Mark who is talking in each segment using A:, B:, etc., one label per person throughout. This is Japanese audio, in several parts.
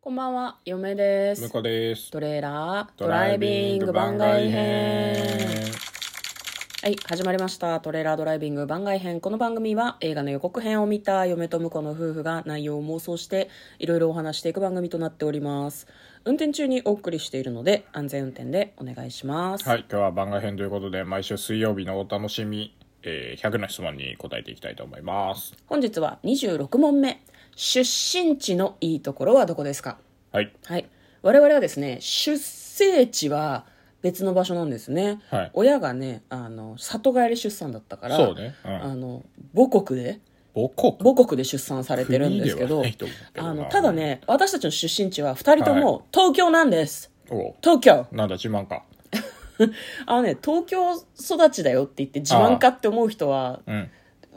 A: こんばんは、嫁です
B: 向。こうです。
A: トレーラードライビング番外編。はい、始まりました。トレーラードライビング番外編。この番組は映画の予告編を見た嫁と婿の夫婦が内容を妄想していろいろお話していく番組となっております。運転中にお送りしているので安全運転でお願いします。
B: はい、今日は番外編ということで、毎週水曜日のお楽しみ、えー100の質問に答えていきたいと思います。
A: 本日は26問目。出身地のいいところはどこですか
B: はい。
A: はい。我々はですね、出生地は別の場所なんですね。
B: はい
A: 親がね、あの、里帰り出産だったから、
B: そうねうん
A: あの、母国で、
B: 母国
A: 母国で出産されてるんですけど、
B: 国ではないと思うけどな
A: あの、ただね、私たちの出身地は二人とも東京なんです。
B: お
A: 東京
B: なんだ、自慢か。
A: あのね、東京育ちだよって言って自慢かって思う人は、
B: うん。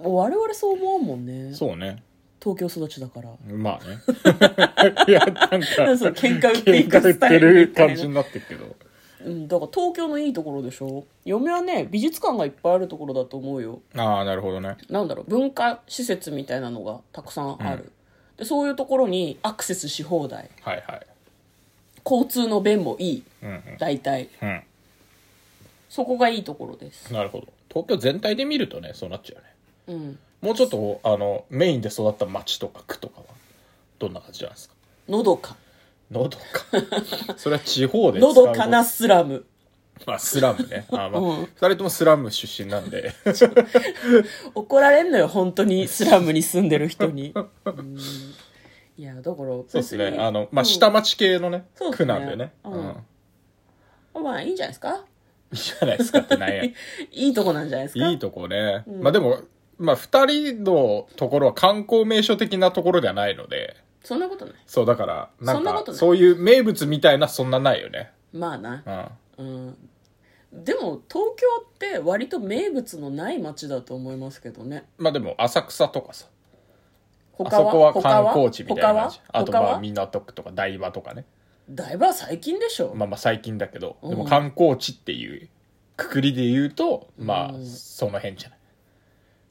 A: 我々そう思うもんね。
B: そうね。
A: 東京育ちだから。
B: まあね。 いや、なんか、
A: そう喧嘩売ってい
B: 喧
A: く
B: 嘩売
A: ス
B: っ
A: タ
B: て
A: イル
B: る
A: みたいな
B: 感じになってるけど。
A: うん、だから東京のいいところでしょ嫁はね美術館がいっぱいあるところだと思うよ
B: ああ、なるほどね。
A: なんだろう文化施設みたいなのがたくさんある、でそういうところにアクセスし放題
B: はいはい。
A: 交通の便もいい
B: うん
A: 大体
B: うん。うん。
A: そこがいいところです
B: なるほど。東京全体で見るとね、そうなっちゃうね。
A: うん
B: もうちょっと、あの、メインで育った町とか区とかは、どんな感じなんですか
A: のどか
B: のどか。 それは地方で使
A: の
B: う
A: どかな。スラム
B: まあ、スラムね。あまあ、
A: うん
B: 二人ともスラム出身なんで。
A: 怒られんのよ本当にスラムに住んでる人 にうんいやだから
B: そうです
A: 別
B: ね。
A: に
B: あの、まあ、
A: うん
B: 下町系のね、
A: そうっすね
B: 区なんでね。
A: う
B: うんん。
A: まあいいんじゃないですか
B: いいじゃないですかってなんや。い
A: いいとこなんじゃないですか
B: いとこね。
A: うん
B: まあ、でも、まあ、二人のところは観光名所的なところではないので、
A: そんなことない
B: そう、だから、な
A: そん
B: ん
A: なこと
B: か、
A: ない
B: そういう名物みたいな、そんなないよね。
A: まあな
B: うん。
A: うんでも東京って割と名物のない街だと思いますけどね
B: まあ、でも、浅草とかさ。あ
A: 他
B: そ
A: は
B: こは
A: 他
B: 観光地みたいな感じ。
A: 他は
B: あとま
A: 他
B: あ
A: は
B: 港区とか台場とかね。
A: 台場は最近でしょ、
B: まあまあ最近だけど、で
A: う
B: も
A: ん
B: 観光地っていうくくりで言うと、ま
A: う
B: あ
A: ん
B: その辺じゃない。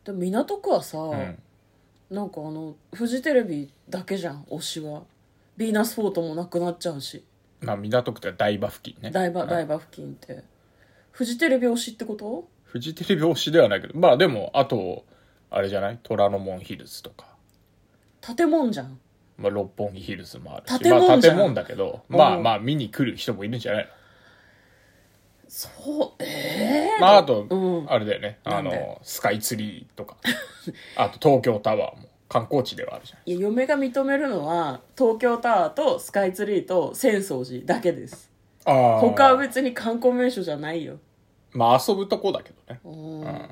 A: でも港区はさ、
B: うん。
A: なんかあのフジテレビだけじゃん推しはヴィーナスフォートもなくなっちゃうし
B: まあ港区って台場付近ね。
A: 台場
B: うん
A: 台場付近ってフジテレビ推しってこと
B: フジテレビ推しではないけど、まあでも、あと、あれじゃない虎ノ門ヒルズとか、
A: 建物じゃん
B: まあ六本木ヒルズもあるし、
A: 建物
B: まあ
A: じゃん
B: 建物だけど、まあ
A: うん
B: まあ見に来る人もいるんじゃないの
A: そうええ
B: まああと
A: う、ん
B: あれだよね、あ
A: なん
B: の、スカイツリーとか、あと東京タワーも観光地ではあるじゃん。
A: いや嫁が認めるのは東京タワーとスカイツリーと浅草寺だけです
B: あ あ。
A: 他は別に観光名所じゃないよ
B: まあ遊ぶとこだけどね。
A: うん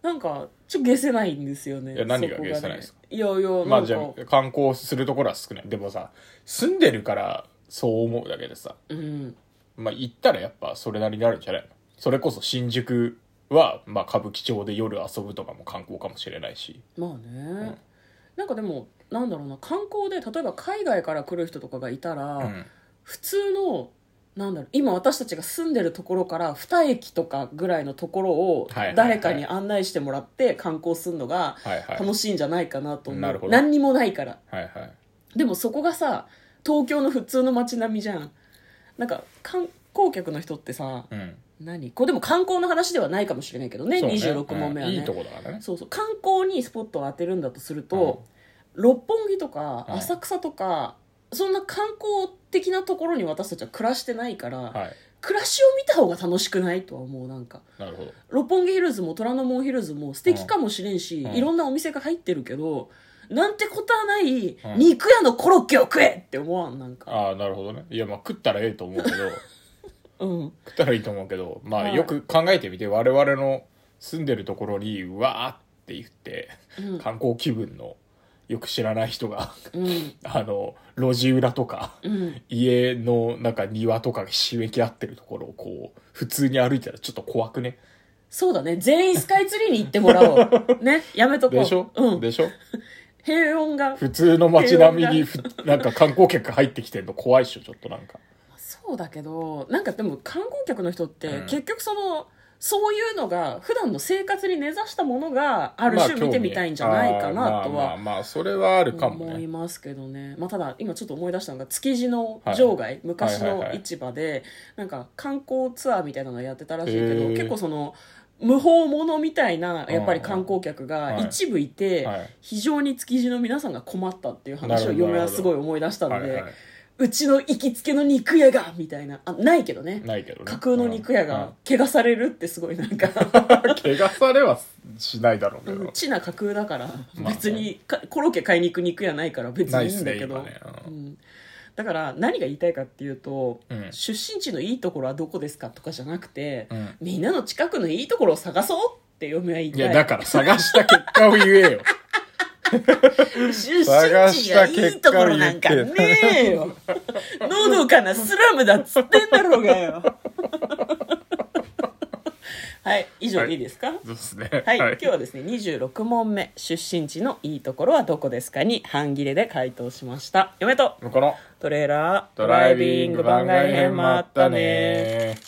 A: なんかちょっと消せないんですよね
B: いや何が
A: そこ
B: 解せないですか
A: ね、いやいやなんか、
B: まあじゃあ観光するところは少ない。でもさ、住んでるからそう思うだけでさ、
A: うん
B: まあ行ったらやっぱそれなりになるんじゃないのそれこそ新宿は、まあ歌舞伎町で夜遊ぶとかも観光かもしれないし。
A: まあね、なんかでもなんだろうな観光で例えば海外から来る人とかがいたら、
B: うん。
A: 普通のなんだろう今私たちが住んでるところから2駅とかぐらいのところを
B: はいはいはい
A: 誰かに案内してもらって観光するのが
B: はいはい。
A: 楽しいんじゃないかなと思う、
B: なるほど
A: 何にもないから
B: はいはい。
A: でもそこがさ東京の普通の街並みじゃんなんか観光客の人ってさ
B: うん。
A: 何これでも観光の話ではないかもしれないけどね
B: そうね
A: 26問目はね、
B: うんいいとこだからね。
A: そうそう観光にスポットを当てるんだとすると、六本木とか
B: うん
A: 浅草とか、そんな観光的なところに私たちは暮らしてないから、
B: はい。
A: 暮らしを見た方が楽しくないとは思うなんか
B: なるほど。
A: 六本木ヒルズも虎ノ門ヒルズも素敵かもしれんし、
B: うん
A: いろんなお店が入ってるけどなんてことはない、
B: うん
A: 肉屋のコロッケを食えって思わんなんか、
B: ああ、なるほどね。いやまあ食ったらええと思うけど、
A: うん、
B: 食ったらいいと思うけど、ま
A: は
B: あ
A: い
B: よく考えてみて、我々の住んでるところに、うわーって言って、
A: うん
B: 観光気分のよく知らない人が
A: うん
B: あの、路地裏とか、
A: うん
B: 家のなんか庭とかがひしめき合ってるところをこう、普通に歩いてたらちょっと怖くね。
A: そうだね全員スカイツリーに行ってもらお うねやめとこう
B: でしょ、
A: うん、
B: でしょ
A: 平穏が
B: 普通の街並みにふ、なんか観光客が入ってきてるの怖いっしょ、ちょっとなんか。
A: そうだけどなんかでも観光客の人って
B: うん
A: 結局その、そういうのが普段の生活に根ざしたものがある
B: まあ
A: 種見てみたいんじゃないかなと
B: まあまあ
A: は
B: まあそれはあるかも
A: 思い
B: ね
A: ますけどね、まあ、ただ今ちょっと思い出したのが築地の場外、昔
B: はいはい
A: の
B: はい
A: 市場でなんか観光ツアーみたいなのやってたらしいけ
B: へ
A: ど
B: ー
A: 結構その無法者みたいなやっぱり
B: うん
A: 観光客が
B: はい
A: 一部いて、
B: はい
A: 非常に築地の皆さんが困ったっていう話を
B: なるほど
A: 嫁はすごい思い出したので、
B: はいはいう
A: ちの行きつけの肉屋がみたいなあないけどね
B: ないけどね
A: 架空の肉屋
B: うん
A: が怪我されるってすごいなんか
B: 怪我されはしないだろうけ
A: うん
B: ど
A: ちな架空だから
B: まあ
A: 別にかコロッケ買いに行く肉屋ないから別
B: ない
A: にい
B: っ
A: いん
B: す
A: だ
B: ね
A: けど、
B: 今ね
A: う
B: うん
A: んだから何が言いたいかっていうと、
B: うん
A: 出身地のいいところはどこですかとかじゃなくて、
B: うん
A: みんなの近くのいいところを探そうって嫁は言い
B: い
A: たい
B: やだから探した結果を言えよ
A: 出身地にはいいところなんかねえよのどかなスラムだっつってんだろうがよはい以上でいいですか、
B: そうですね
A: はい、今日はですね26問目出身地のいいところはどこですかに半切れで回答しました嫁と
B: 向こうの
A: トレーラード
B: ドライビング番外編もあったね